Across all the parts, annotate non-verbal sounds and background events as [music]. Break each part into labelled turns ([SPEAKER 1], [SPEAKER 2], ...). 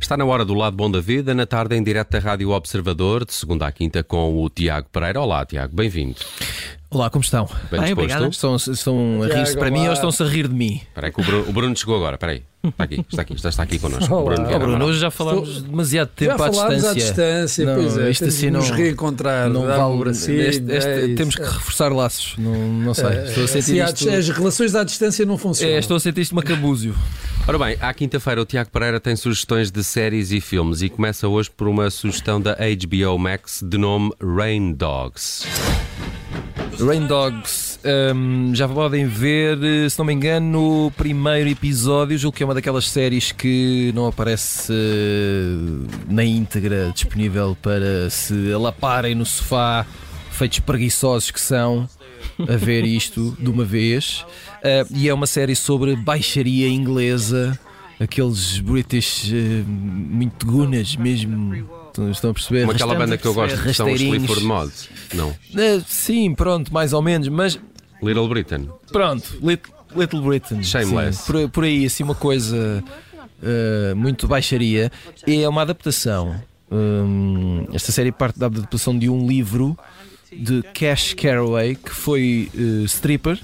[SPEAKER 1] Está na hora do Lado Bom da Vida, na tarde em direto da Rádio Observador, de segunda à quinta com o Tiago Pereira. Olá, Tiago, bem-vindo.
[SPEAKER 2] Olá, como estão?
[SPEAKER 1] Bem
[SPEAKER 3] Bem,
[SPEAKER 1] disposto?
[SPEAKER 3] obrigada.
[SPEAKER 2] Estão, estão a rir-se para mim ou estão-se a rir de mim?
[SPEAKER 1] Espera aí que o Bruno, o Bruno chegou agora, espera aí. Está aqui, está aqui, está, está aqui connosco. O Bruno, Vieira
[SPEAKER 2] Oh, Bruno,
[SPEAKER 1] Amaral.
[SPEAKER 2] hoje já falámos demasiado tempo
[SPEAKER 4] Já
[SPEAKER 2] à
[SPEAKER 4] falámos
[SPEAKER 2] distância.
[SPEAKER 4] à distância,
[SPEAKER 2] Não,
[SPEAKER 4] pois é,
[SPEAKER 2] isto
[SPEAKER 4] temos
[SPEAKER 2] assim
[SPEAKER 4] de nos
[SPEAKER 2] não-
[SPEAKER 4] reencontrar,
[SPEAKER 2] Não
[SPEAKER 4] dar um
[SPEAKER 2] vale. assim,
[SPEAKER 4] abracinho,
[SPEAKER 2] este- este-
[SPEAKER 4] é isso. É,
[SPEAKER 2] temos que reforçar laços. Não, não sei. Estou a sentir
[SPEAKER 4] Se há-
[SPEAKER 2] isto.
[SPEAKER 4] As relações à distância não funcionam.
[SPEAKER 2] É, estou a sentir isto macabúzio.
[SPEAKER 1] Ora bem, à quinta-feira o Tiago Pereira tem sugestões de séries e filmes e começa hoje por uma sugestão da HBO Max de nome Rain Dogs.
[SPEAKER 2] Rain Dogs, hum, já podem ver, eh, se não me engano, o primeiro episódio, julgo que é uma daquelas séries que não aparece eh, na íntegra disponível para se alaparem no sofá, feitos preguiçosos que são, a ver isto de uma vez. Eh, e é uma série sobre baixaria inglesa, aqueles British eh, muito gunas mesmo. Estão a perceber?
[SPEAKER 1] Como aquela
[SPEAKER 2] Rasteirinhos.
[SPEAKER 1] banda que eu gosto, que são os
[SPEAKER 2] Rasteirinhos.
[SPEAKER 1] Sleaford Mods. Não,
[SPEAKER 2] Eh, sim, pronto, mais ou menos, mas
[SPEAKER 1] Little Britain.
[SPEAKER 2] Pronto, Lit- Little Britain.
[SPEAKER 1] Shameless.
[SPEAKER 2] Sim, por, por aí, assim, uma coisa eh, muito baixaria. E é uma adaptação. Hum, esta série parte da adaptação de um livro de Cash Carraway, que foi eh, stripper,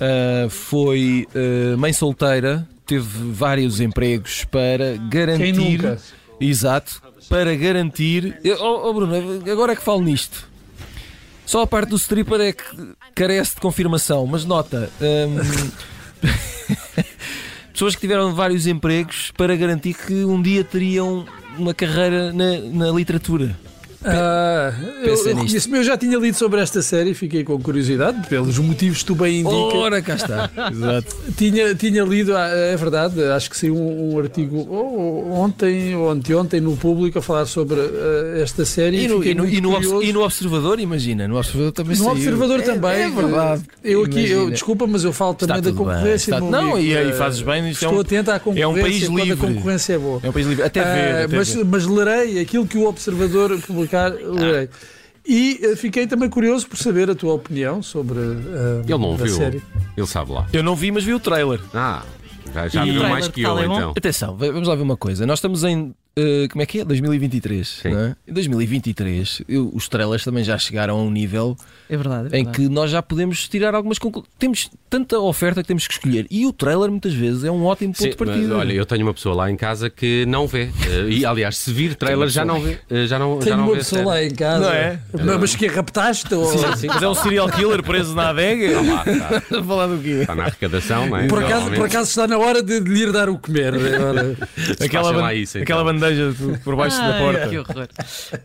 [SPEAKER 2] eh, foi eh, mãe solteira, teve vários empregos para
[SPEAKER 4] Quem
[SPEAKER 2] garantir.
[SPEAKER 4] nunca?
[SPEAKER 2] Exato, para garantir. Eu- Oh, oh, Bruno, agora é que falo nisto. Só a parte do stripper é que carece de confirmação, mas nota. hum, [laughs] pessoas que tiveram vários empregos para garantir que um dia teriam uma carreira na, na literatura.
[SPEAKER 4] Ah, eu,
[SPEAKER 2] Pensa
[SPEAKER 4] eu
[SPEAKER 2] nisto.
[SPEAKER 4] reconheço-me, eu já tinha lido sobre esta série e fiquei com curiosidade, pelos motivos que tu bem indicas.
[SPEAKER 2] Ora, cá está. Exato.
[SPEAKER 4] Tinha, tinha lido, ah, é verdade, acho que saiu um, um artigo ou ontem ou anteontem no público a falar sobre ah, esta série.
[SPEAKER 2] E no,
[SPEAKER 4] fiquei
[SPEAKER 2] e no-
[SPEAKER 4] muito
[SPEAKER 2] e no obs-
[SPEAKER 4] curioso.
[SPEAKER 2] e no Observador, imagina, no Observador também
[SPEAKER 4] No
[SPEAKER 2] saiu.
[SPEAKER 4] Observador
[SPEAKER 2] É-
[SPEAKER 4] também.
[SPEAKER 2] É verdade.
[SPEAKER 4] Eu aqui, eu,
[SPEAKER 2] Imagina.
[SPEAKER 4] desculpa, mas eu falo
[SPEAKER 2] Está
[SPEAKER 4] também da
[SPEAKER 2] tudo bem,
[SPEAKER 4] concorrência.
[SPEAKER 2] está-
[SPEAKER 4] meu
[SPEAKER 2] Não,
[SPEAKER 4] amigo.
[SPEAKER 2] e aí
[SPEAKER 4] Eh,
[SPEAKER 2] fazes bem, isto é
[SPEAKER 4] Estou
[SPEAKER 2] um-
[SPEAKER 4] atento à
[SPEAKER 2] é
[SPEAKER 4] concorrência.
[SPEAKER 2] um país
[SPEAKER 4] quando
[SPEAKER 2] livre.
[SPEAKER 4] A concorrência é boa.
[SPEAKER 2] É um país livre. Até ver.
[SPEAKER 4] Ah,
[SPEAKER 2] até
[SPEAKER 4] mas,
[SPEAKER 2] ver.
[SPEAKER 4] mas lerei aquilo que o Observador publicar, lerei.
[SPEAKER 2] Ah.
[SPEAKER 4] E eh, fiquei também curioso por saber a tua opinião sobre ah,
[SPEAKER 1] Ele não
[SPEAKER 4] a
[SPEAKER 1] viu,
[SPEAKER 4] série.
[SPEAKER 1] ele sabe lá.
[SPEAKER 2] Eu não vi, mas vi o trailer.
[SPEAKER 1] Ah, já, já
[SPEAKER 3] E-
[SPEAKER 1] viu
[SPEAKER 3] Trailer
[SPEAKER 1] mais
[SPEAKER 3] de
[SPEAKER 1] que eu
[SPEAKER 3] Talemon?
[SPEAKER 1] então.
[SPEAKER 2] Atenção, ve- vamos lá ver uma coisa. Nós estamos em. eh, como é que é? 2023.
[SPEAKER 1] Sim.
[SPEAKER 2] Não é? Em 2023, eu- os trailers também já chegaram a um nível
[SPEAKER 3] É verdade. é
[SPEAKER 2] em
[SPEAKER 3] verdade.
[SPEAKER 2] que nós já podemos tirar algumas conclusões. Temos tanta oferta que temos que escolher. E o trailer, muitas vezes, é um ótimo ponto
[SPEAKER 1] Sim,
[SPEAKER 2] de partida.
[SPEAKER 1] mas, olha, eu tenho uma pessoa lá em casa que não vê. Eh, E aliás, se vir trailer já não vê. eh, Já não, já
[SPEAKER 4] Tenho
[SPEAKER 1] não
[SPEAKER 4] uma
[SPEAKER 1] vê. a
[SPEAKER 4] pessoa
[SPEAKER 1] série.
[SPEAKER 4] lá em casa.
[SPEAKER 2] Não é?
[SPEAKER 4] Mas, mas que a raptaste? Ou...
[SPEAKER 2] Mas é um serial killer preso na adega.
[SPEAKER 1] [laughs] Está lá, está,
[SPEAKER 2] Falar do quê?
[SPEAKER 1] está na arrecadação, não é?
[SPEAKER 4] Por acaso,
[SPEAKER 1] Normalmente.
[SPEAKER 4] por acaso está na hora de lhe ir dar
[SPEAKER 2] [laughs]
[SPEAKER 4] o comer. Agora.
[SPEAKER 2] Aquela,
[SPEAKER 1] Façam
[SPEAKER 2] ban-
[SPEAKER 1] lá isso, então. [laughs]
[SPEAKER 2] aquela bandeja de- por baixo da
[SPEAKER 3] Ai,
[SPEAKER 2] porta.
[SPEAKER 3] Que horror.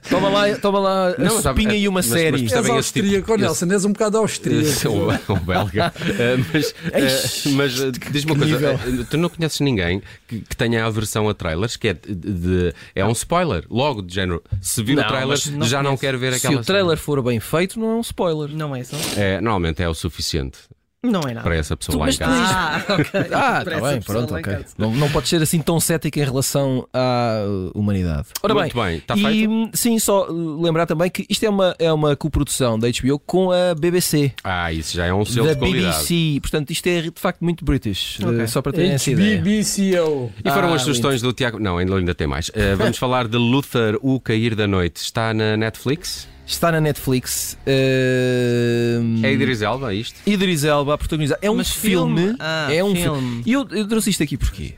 [SPEAKER 2] Toma lá, toma lá a
[SPEAKER 1] Não, mas sabe-
[SPEAKER 2] sopinha e uma
[SPEAKER 1] mas- mas
[SPEAKER 2] série.
[SPEAKER 1] percebe-
[SPEAKER 4] És
[SPEAKER 1] Sabem esse tipo-
[SPEAKER 4] austríaco,
[SPEAKER 1] esse-
[SPEAKER 4] Nelson, és um bocado austríaco.
[SPEAKER 2] é
[SPEAKER 1] Ou, ou belga. Eh, mas eh, mas eh, diz-me uma coisa: eh, tu não conheces ninguém que, que tenha aversão a trailers, que é, de- de- é um spoiler, logo de género. Se vir o
[SPEAKER 2] Não,
[SPEAKER 1] trailer,
[SPEAKER 2] mas não
[SPEAKER 1] já não
[SPEAKER 2] conheço.
[SPEAKER 1] quero ver
[SPEAKER 2] Se
[SPEAKER 1] aquela
[SPEAKER 2] o trailer for bem feito, não é um spoiler.
[SPEAKER 3] Não é só.
[SPEAKER 1] cena. É, normalmente é o suficiente
[SPEAKER 3] Não é nada.
[SPEAKER 1] para essa pessoa
[SPEAKER 2] Tu-
[SPEAKER 1] lá em
[SPEAKER 2] mas tu
[SPEAKER 1] casa.
[SPEAKER 3] [laughs] Ah, ok.
[SPEAKER 2] oh Ah,
[SPEAKER 3] Para
[SPEAKER 2] está
[SPEAKER 3] essa
[SPEAKER 2] bem,
[SPEAKER 3] pessoa
[SPEAKER 2] pronto,
[SPEAKER 3] lá em
[SPEAKER 2] ok.
[SPEAKER 3] casa.
[SPEAKER 2] Não, não pode ser assim tão cético em relação à uh, humanidade. Ora bem,
[SPEAKER 1] Muito bem, está
[SPEAKER 2] e
[SPEAKER 1] feito.
[SPEAKER 2] hum, sim, só uh, lembrar também que isto é uma, é uma coprodução da HBO com a BBC,
[SPEAKER 1] Ah, isso já é um selo
[SPEAKER 2] da
[SPEAKER 1] de qualidade.
[SPEAKER 2] BBC. Portanto, isto é de facto muito British, uh,
[SPEAKER 3] Ok. É
[SPEAKER 2] só para terem essa ideia.
[SPEAKER 4] BBCO.
[SPEAKER 1] E foram
[SPEAKER 2] Ah,
[SPEAKER 1] as sugestões do Tiago. Não, ainda, ainda tem mais.
[SPEAKER 3] [laughs]
[SPEAKER 1] Eh, vamos falar de Luther, o Cair da Noite. Está na Netflix?
[SPEAKER 2] Está na Netflix. hum,
[SPEAKER 1] É Idris Elba, isto?
[SPEAKER 2] Idris Elba a protagonizar. É um
[SPEAKER 3] Mas
[SPEAKER 2] filme.
[SPEAKER 3] Ah,
[SPEAKER 2] é um
[SPEAKER 3] filme.
[SPEAKER 2] E eu, eu trouxe isto aqui porquê?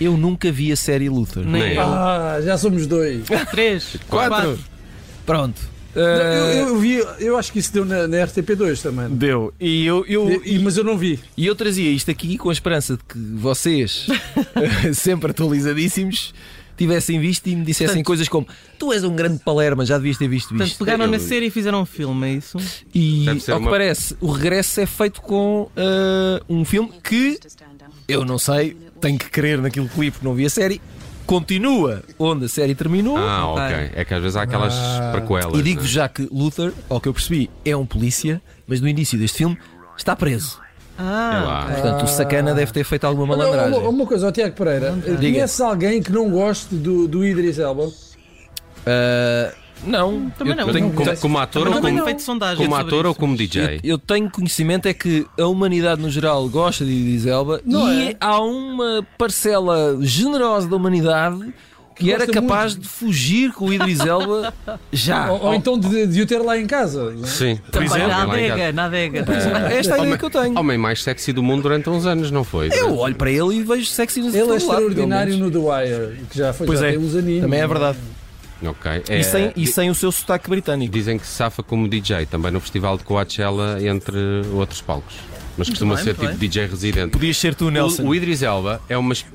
[SPEAKER 2] Eu nunca vi a série Luther.
[SPEAKER 3] Nem
[SPEAKER 1] Nem
[SPEAKER 3] eu.
[SPEAKER 1] eu.
[SPEAKER 4] Ah, já somos dois.
[SPEAKER 3] Três.
[SPEAKER 2] é. Quatro. Pronto.
[SPEAKER 4] Eu,
[SPEAKER 2] Uh,
[SPEAKER 4] eu vi, eu acho que isso deu na, na RTP2 também.
[SPEAKER 2] Deu. E eu, eu,
[SPEAKER 4] E- e- mas eu não vi.
[SPEAKER 2] E eu trazia isto aqui com a esperança de que
[SPEAKER 3] [laughs]
[SPEAKER 2] vocês, eh, sempre atualizadíssimos, tivessem visto e me dissessem
[SPEAKER 3] Portanto-
[SPEAKER 2] coisas como Tu és um grande palerma, já devias ter visto
[SPEAKER 3] Portanto,
[SPEAKER 2] isto.
[SPEAKER 3] pegaram
[SPEAKER 1] Eu-
[SPEAKER 3] na série e fizeram um filme, é isso?
[SPEAKER 2] E ao
[SPEAKER 1] Deve
[SPEAKER 2] que
[SPEAKER 1] ser uma-
[SPEAKER 2] parece, o regresso é feito com eh, um filme que eu não sei, tenho que crer naquilo clipe, não vi a série, continua onde a série terminou.
[SPEAKER 1] Ah, ok.
[SPEAKER 3] ok. Ah.
[SPEAKER 1] É que às vezes há aquelas prequelas.
[SPEAKER 2] E digo-vos
[SPEAKER 1] né?
[SPEAKER 2] já que Luther, ao que eu percebi, é um polícia, mas no início deste filme está preso. É
[SPEAKER 1] Sei
[SPEAKER 3] Ah,
[SPEAKER 1] lá.
[SPEAKER 2] Portanto, o sacana deve ter feito alguma
[SPEAKER 4] Olha,
[SPEAKER 2] malandragem.
[SPEAKER 4] Uma, uma coisa, ó, Tiago Pereira, eh,
[SPEAKER 2] Diga.
[SPEAKER 4] conheces alguém que não goste do, do Idris Elba?
[SPEAKER 2] Uh, Não,
[SPEAKER 3] Também
[SPEAKER 2] eu
[SPEAKER 3] não.
[SPEAKER 2] tenho-
[SPEAKER 3] Não,
[SPEAKER 1] Como, como ator,
[SPEAKER 3] Mas
[SPEAKER 1] ou
[SPEAKER 3] não tenho
[SPEAKER 1] como,
[SPEAKER 3] feito sondagem
[SPEAKER 1] como,
[SPEAKER 3] sobre
[SPEAKER 1] ator ou
[SPEAKER 3] isso.
[SPEAKER 1] como DJ?
[SPEAKER 2] Eu, eu tenho conhecimento é que a humanidade no geral gosta de Idris Elba
[SPEAKER 4] Não
[SPEAKER 2] e
[SPEAKER 4] é?
[SPEAKER 2] há uma parcela generosa da humanidade que,
[SPEAKER 4] Que
[SPEAKER 2] era
[SPEAKER 4] gosta
[SPEAKER 2] capaz de fugir com o Idris
[SPEAKER 4] [laughs]
[SPEAKER 2] Elba já.
[SPEAKER 4] Ou, ou então de, de o ter lá em casa. não é?
[SPEAKER 1] Sim, por
[SPEAKER 3] Também
[SPEAKER 1] exemplo.
[SPEAKER 3] na
[SPEAKER 1] lá em
[SPEAKER 3] adega,
[SPEAKER 1] casa.
[SPEAKER 3] na adega.
[SPEAKER 2] Esta é a ideia que eu tenho.
[SPEAKER 1] Homem mais sexy do mundo durante uns anos, não foi?
[SPEAKER 2] Eu olho para ele e vejo sexy no
[SPEAKER 4] Ele é
[SPEAKER 2] lado, pelo
[SPEAKER 4] extraordinário
[SPEAKER 2] menos.
[SPEAKER 4] no The Wire, que já, foi,
[SPEAKER 2] Pois
[SPEAKER 4] já
[SPEAKER 2] é,
[SPEAKER 4] tem uns aninhos.
[SPEAKER 2] Também é verdade.
[SPEAKER 1] Ok. É,
[SPEAKER 2] E, sem, e
[SPEAKER 1] di-
[SPEAKER 2] sem o seu sotaque britânico.
[SPEAKER 1] Dizem que safa como DJ também no Festival de Coachella, entre outros palcos. Mas costuma
[SPEAKER 3] bem,
[SPEAKER 1] ser
[SPEAKER 3] muito
[SPEAKER 1] tipo
[SPEAKER 3] bem.
[SPEAKER 1] DJ residente.
[SPEAKER 2] Podias ser tu, Nelson.
[SPEAKER 1] O, o Idris Elba é uma, es-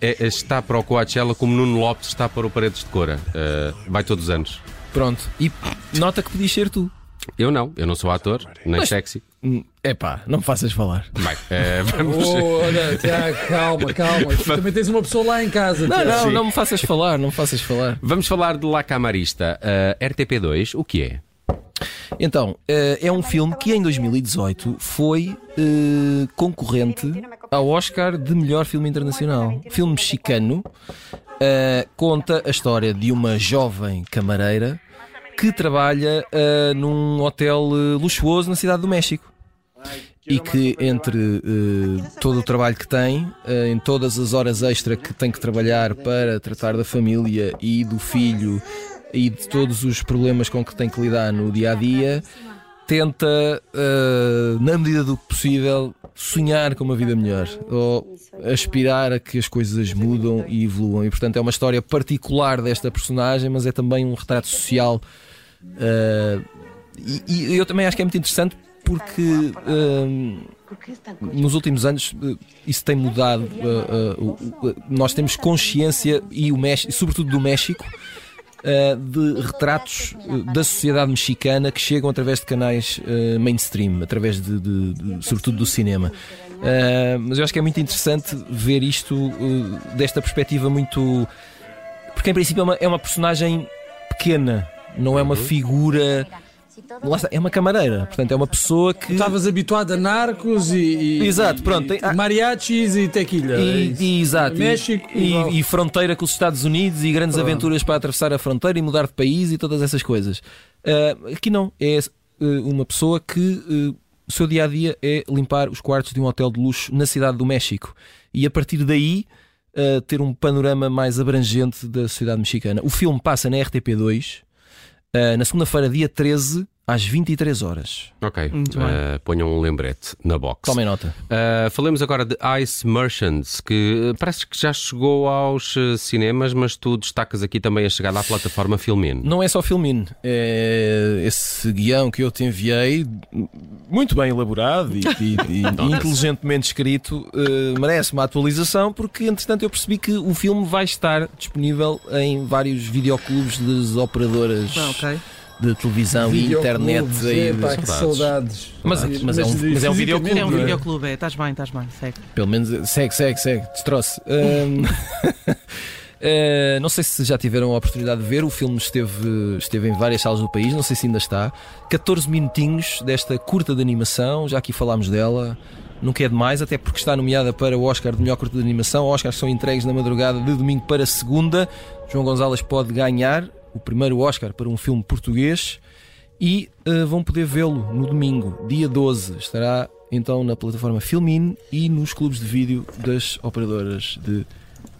[SPEAKER 1] é- é- está para o Coachella como Nuno Lopes está para o Paredes de Cora. Eh, vai todos os anos.
[SPEAKER 2] Pronto. E nota que podias ser tu.
[SPEAKER 1] Eu não, eu não sou ator, nem
[SPEAKER 2] Mas-
[SPEAKER 1] sexy.
[SPEAKER 4] Hum,
[SPEAKER 2] Epá, não me faças falar.
[SPEAKER 1] Bem, eh, [laughs] vamos.
[SPEAKER 4] Oh, olha, Tiago, calma,
[SPEAKER 2] [laughs]
[SPEAKER 4] calma. Tu também tens uma pessoa lá em casa.
[SPEAKER 2] Não,
[SPEAKER 4] Tiago.
[SPEAKER 2] não,
[SPEAKER 1] Sim.
[SPEAKER 2] não me faças falar, não me faças falar.
[SPEAKER 1] Vamos falar de La Camarista. Eh, RTP2, o que é?
[SPEAKER 2] Então, eh, é um filme que em 2018 foi eh, concorrente ao Oscar de melhor filme internacional. Filme mexicano, eh, conta a história de uma jovem camareira que trabalha eh, num hotel eh, luxuoso na cidade do México. E que entre eh, todo o trabalho que tem, eh, em todas as horas extra que tem que trabalhar para tratar da família e do filho e de todos os problemas com que tem que lidar no dia a dia, tenta, eh, na medida do que possível, sonhar com uma vida melhor ou aspirar a que as coisas mudam e evoluam. E portanto é uma história particular desta personagem, mas é também um retrato social. eh, e, e eu também acho que é muito interessante porque hum, nos últimos anos eh, isso tem mudado. eh, eh, o- o- nós temos consciência, e o México, sobretudo do México, eh, de retratos eh, da sociedade mexicana que chegam através de canais eh, mainstream, através de, de- de- sobretudo do cinema. Eh, mas eu acho que é muito interessante ver isto eh, desta perspectiva muito. Porque em princípio é uma, é uma personagem pequena, não é uma figura. Lá está, é uma camareira, portanto é uma pessoa que.
[SPEAKER 4] Estavas habituado a narcos e. e-
[SPEAKER 2] Exato, pronto,
[SPEAKER 4] e-
[SPEAKER 2] tem- ah.
[SPEAKER 4] mariachis e tequila. é
[SPEAKER 2] E,
[SPEAKER 4] isso.
[SPEAKER 2] e- exato, e-
[SPEAKER 4] México
[SPEAKER 2] e,
[SPEAKER 4] igual.
[SPEAKER 2] e fronteira com os Estados Unidos e grandes
[SPEAKER 4] Pronto.
[SPEAKER 2] aventuras para atravessar a fronteira e mudar de país e todas essas coisas. Ah, aqui não, é eh, uma pessoa que eh, o seu dia a dia é limpar os quartos de um hotel de luxo na cidade do México e a partir daí ah, ter um panorama mais abrangente da sociedade mexicana. O filme passa na RTP2 ah, na segunda-feira, dia 13, às 23 horas.
[SPEAKER 1] Ok.
[SPEAKER 3] Muito bem.
[SPEAKER 1] Eh, ponham um lembrete na box.
[SPEAKER 2] Tomem nota.
[SPEAKER 1] Uh, falemos agora de Ice Merchants, que uh, parece que já chegou aos uh, cinemas, mas tu destacas aqui também a chegada à plataforma Filmin.
[SPEAKER 2] Não é só Filmin. É esse guião que eu te enviei, muito bem elaborado e, e- e inteligentemente escrito, eh, merece uma atualização, porque entretanto eu percebi que o filme vai estar disponível em vários videoclubes das operadoras
[SPEAKER 3] Ah, ok.
[SPEAKER 2] de televisão e
[SPEAKER 4] Videoclubes,
[SPEAKER 2] internet. aí,
[SPEAKER 4] epá, que
[SPEAKER 1] saudades.
[SPEAKER 4] saudades.
[SPEAKER 2] Mas- mas é um- mas é um
[SPEAKER 4] fisicamente,
[SPEAKER 2] videoclube,
[SPEAKER 3] É um
[SPEAKER 2] não é?
[SPEAKER 3] videoclube, é. Estás bem, estás bem, segue.
[SPEAKER 2] Pelo menos segue, segue, segue,
[SPEAKER 4] [laughs]
[SPEAKER 2] destroço. Ahm, eh, não sei se já tiveram a oportunidade de ver, o filme esteve, esteve em várias salas do país, não sei se ainda está. 14 minutinhos desta curta de animação, já aqui falámos dela. Nunca é demais, até porque está nomeada para o Oscar de melhor curta de animação. Oscars são entregues na madrugada de domingo para segunda. João Gonzalez pode ganhar o primeiro Oscar para um filme português e eh, vão poder vê-lo no domingo, dia 12. Estará então na plataforma Filmin e nos clubes de vídeo das operadoras de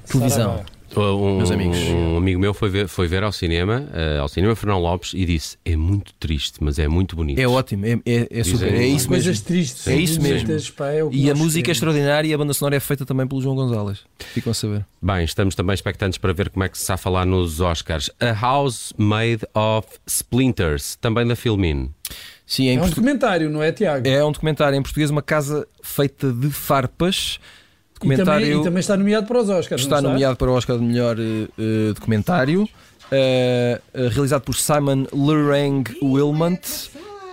[SPEAKER 2] televisão.
[SPEAKER 1] Uh, Um,
[SPEAKER 2] Meus amigos.
[SPEAKER 1] um amigo meu foi ver, foi ver ao cinema, uh, ao cinema Fernão Lopes, e disse: É muito triste, mas é muito bonito.
[SPEAKER 2] É ótimo, é, é, é super, é isso mesmo.
[SPEAKER 4] Coisas tristes.
[SPEAKER 2] É isso mesmo.
[SPEAKER 4] bonitas, pá, é o que
[SPEAKER 2] E a
[SPEAKER 4] nós
[SPEAKER 2] música é
[SPEAKER 4] queremos.
[SPEAKER 2] extraordinária e a banda sonora é feita também pelo João Gonzalez. Ficam a saber.
[SPEAKER 1] Bem, estamos também expectantes para ver como é que se está a falar nos Oscars. A House Made of Splinters, também da Filmin.
[SPEAKER 2] Sim, é, em
[SPEAKER 4] É um
[SPEAKER 2] portu-
[SPEAKER 4] documentário, não é, Tiago?
[SPEAKER 2] é um documentário em português, uma casa feita de farpas.
[SPEAKER 4] E também,
[SPEAKER 2] Documentário
[SPEAKER 4] e também está nomeado para os Oscars.
[SPEAKER 2] está
[SPEAKER 4] não
[SPEAKER 2] nomeado para o Oscar de melhor eh, eh, documentário, eh, eh, realizado por Simon Lurang Wilmont.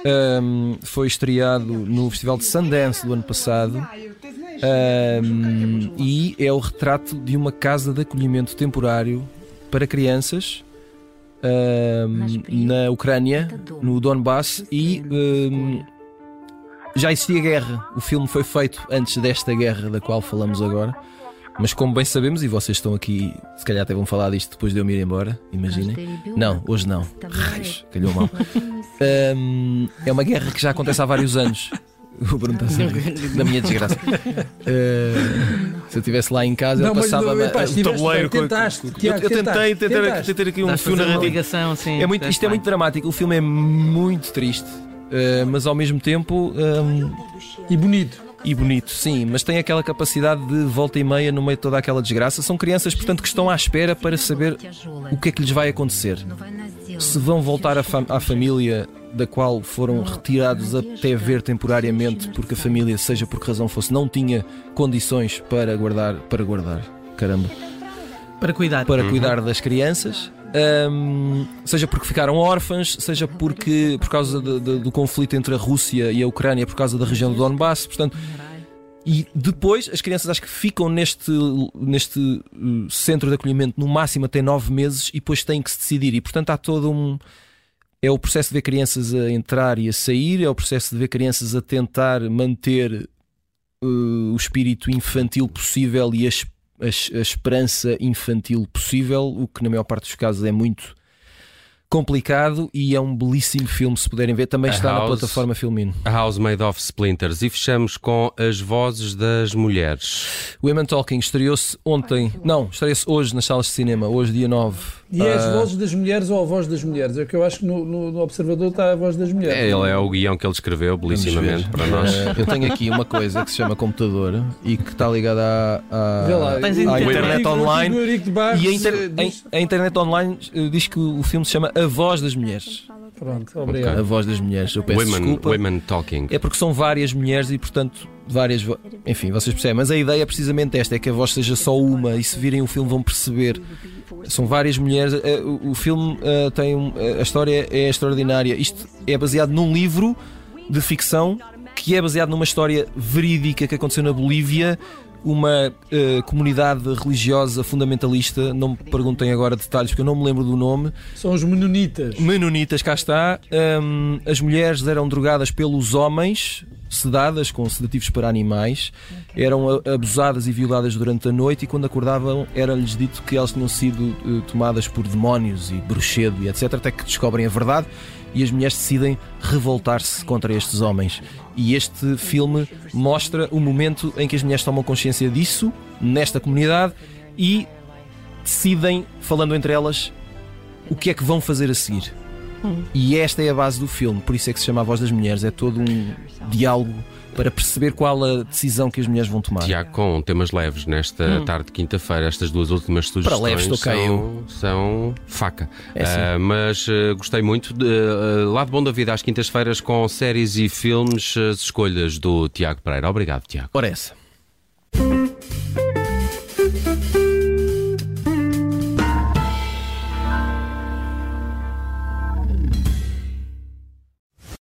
[SPEAKER 2] Ehm, foi estreado no Festival de Sundance do ano passado Ehm, e é o retrato de uma casa de acolhimento temporário para crianças ehm, na Ucrânia, no Donbass e ehm, já existia guerra. O filme foi feito antes desta guerra da qual falamos agora. Mas como bem sabemos, e vocês estão aqui, se calhar até vão falar disto depois de eu me ir embora, imaginem. Não, hoje não. Raios, calhou mal. Hum, é uma guerra que já acontece há vários anos. [laughs] O Bruno está a sorrir. Da minha desgraça. Hum, se eu estivesse lá em casa, eu passava.
[SPEAKER 4] epá,
[SPEAKER 2] a-
[SPEAKER 4] estiveste
[SPEAKER 5] tabuleiro
[SPEAKER 4] bem,
[SPEAKER 5] com a-
[SPEAKER 4] tentaste,
[SPEAKER 5] Eu,
[SPEAKER 4] Tiago,
[SPEAKER 5] eu tentei, tentei,
[SPEAKER 4] tentaste.
[SPEAKER 5] tentei aqui um
[SPEAKER 3] Estás a
[SPEAKER 5] fio
[SPEAKER 3] fazer uma
[SPEAKER 5] narrativo.
[SPEAKER 3] ligação, sim.
[SPEAKER 2] É muito, isto é muito dramático. O filme é muito triste, eh, mas ao mesmo tempo. hum,
[SPEAKER 4] E bonito.
[SPEAKER 2] e bonito. Sim, mas tem aquela capacidade de volta e meia no meio de toda aquela desgraça. São crianças, portanto, que estão à espera para saber o que é que lhes vai acontecer. Se vão voltar à, fam- à família da qual foram retirados até ver temporariamente, porque a família, seja por que razão fosse, não tinha condições para guardar, para guardar, caramba,
[SPEAKER 3] Para cuidar.
[SPEAKER 2] para cuidar das crianças. Hum, seja porque ficaram órfãs, seja porque por causa de- de- do conflito entre a Rússia e a Ucrânia, por causa da região do Donbass, portanto, e depois as crianças acho que ficam neste, neste uh, centro de acolhimento no máximo até nove meses e depois têm que se decidir. E portanto há todo um. É o processo de ver crianças a entrar e a sair, é o processo de ver crianças a tentar manter uh, o espírito infantil possível e a, es- a es- a esperança infantil possível, o que na maior parte dos casos é muito complicado e é um belíssimo filme se puderem ver. Também
[SPEAKER 1] A
[SPEAKER 2] está na
[SPEAKER 1] House-
[SPEAKER 2] plataforma Filmin.
[SPEAKER 1] A House Made of Splinters. E fechamos com as vozes das mulheres.
[SPEAKER 2] Women Talking estreou-se ontem, não, estreia-se hoje nas salas de cinema, hoje dia 9.
[SPEAKER 4] E é as
[SPEAKER 2] Ah,
[SPEAKER 4] vozes das mulheres ou a voz das mulheres? É que eu acho que no, no- no Observador está a voz das mulheres.
[SPEAKER 1] É, Ele é o guião que ele escreveu
[SPEAKER 2] vamos
[SPEAKER 1] belíssimamente
[SPEAKER 2] ver.
[SPEAKER 1] para nós.
[SPEAKER 2] Ah, eu tenho aqui uma coisa que se chama computador e que está ligada à, à-
[SPEAKER 4] Vê lá.
[SPEAKER 3] Tens
[SPEAKER 4] o-
[SPEAKER 3] internet
[SPEAKER 4] o Eurico-
[SPEAKER 2] É. online.
[SPEAKER 4] o Eurico de Barros,
[SPEAKER 2] E a, inter-
[SPEAKER 4] eh, diz-
[SPEAKER 2] a- a internet online eh, diz que o filme se chama A Voz das Mulheres.
[SPEAKER 4] Pronto, obrigado.
[SPEAKER 2] A Voz das Mulheres, eu peço
[SPEAKER 1] Ah. Women,
[SPEAKER 2] desculpa.
[SPEAKER 1] women Talking.
[SPEAKER 2] É porque são várias mulheres e, portanto, várias. vo- Enfim, vocês percebem. Mas a ideia é precisamente esta: é que a voz seja só uma e se virem o filme vão perceber. São várias mulheres. eh, O o filme eh, tem. um- eh, A história é extraordinária. Isto é baseado num livro de ficção que é baseado numa história verídica que aconteceu na Bolívia. Uma eh, comunidade religiosa fundamentalista, não me perguntem agora detalhes porque eu não me lembro do nome,
[SPEAKER 4] São os menonitas.
[SPEAKER 2] Menonitas, cá está. Hum, as mulheres eram drogadas pelos homens, sedadas com sedativos para animais, eram a- abusadas e violadas durante a noite e quando acordavam era-lhes dito que elas tinham sido eh, tomadas por demónios e bruxedo e etc. Até que descobrem a verdade e as mulheres decidem revoltar-se contra estes homens. E este filme mostra o momento em que as mulheres tomam consciência disso, nesta comunidade, e decidem, falando entre elas, o que é que vão fazer a seguir. E esta é a base do filme, por isso é que se chama A Voz das Mulheres. É todo um diálogo para perceber qual a decisão que as mulheres vão tomar.
[SPEAKER 1] Tiago, com temas leves nesta tarde de quinta-feira, estas duas últimas sugestões
[SPEAKER 2] Hum. leves estou cá
[SPEAKER 1] são, são faca.
[SPEAKER 2] É sim.
[SPEAKER 1] Ah, mas ah, gostei muito. De, ah, Lado Bom da Vida, às quintas-feiras, com séries e filmes, ah, as escolhas do Tiago Pereira. Obrigado, Tiago.
[SPEAKER 2] Ora, essa.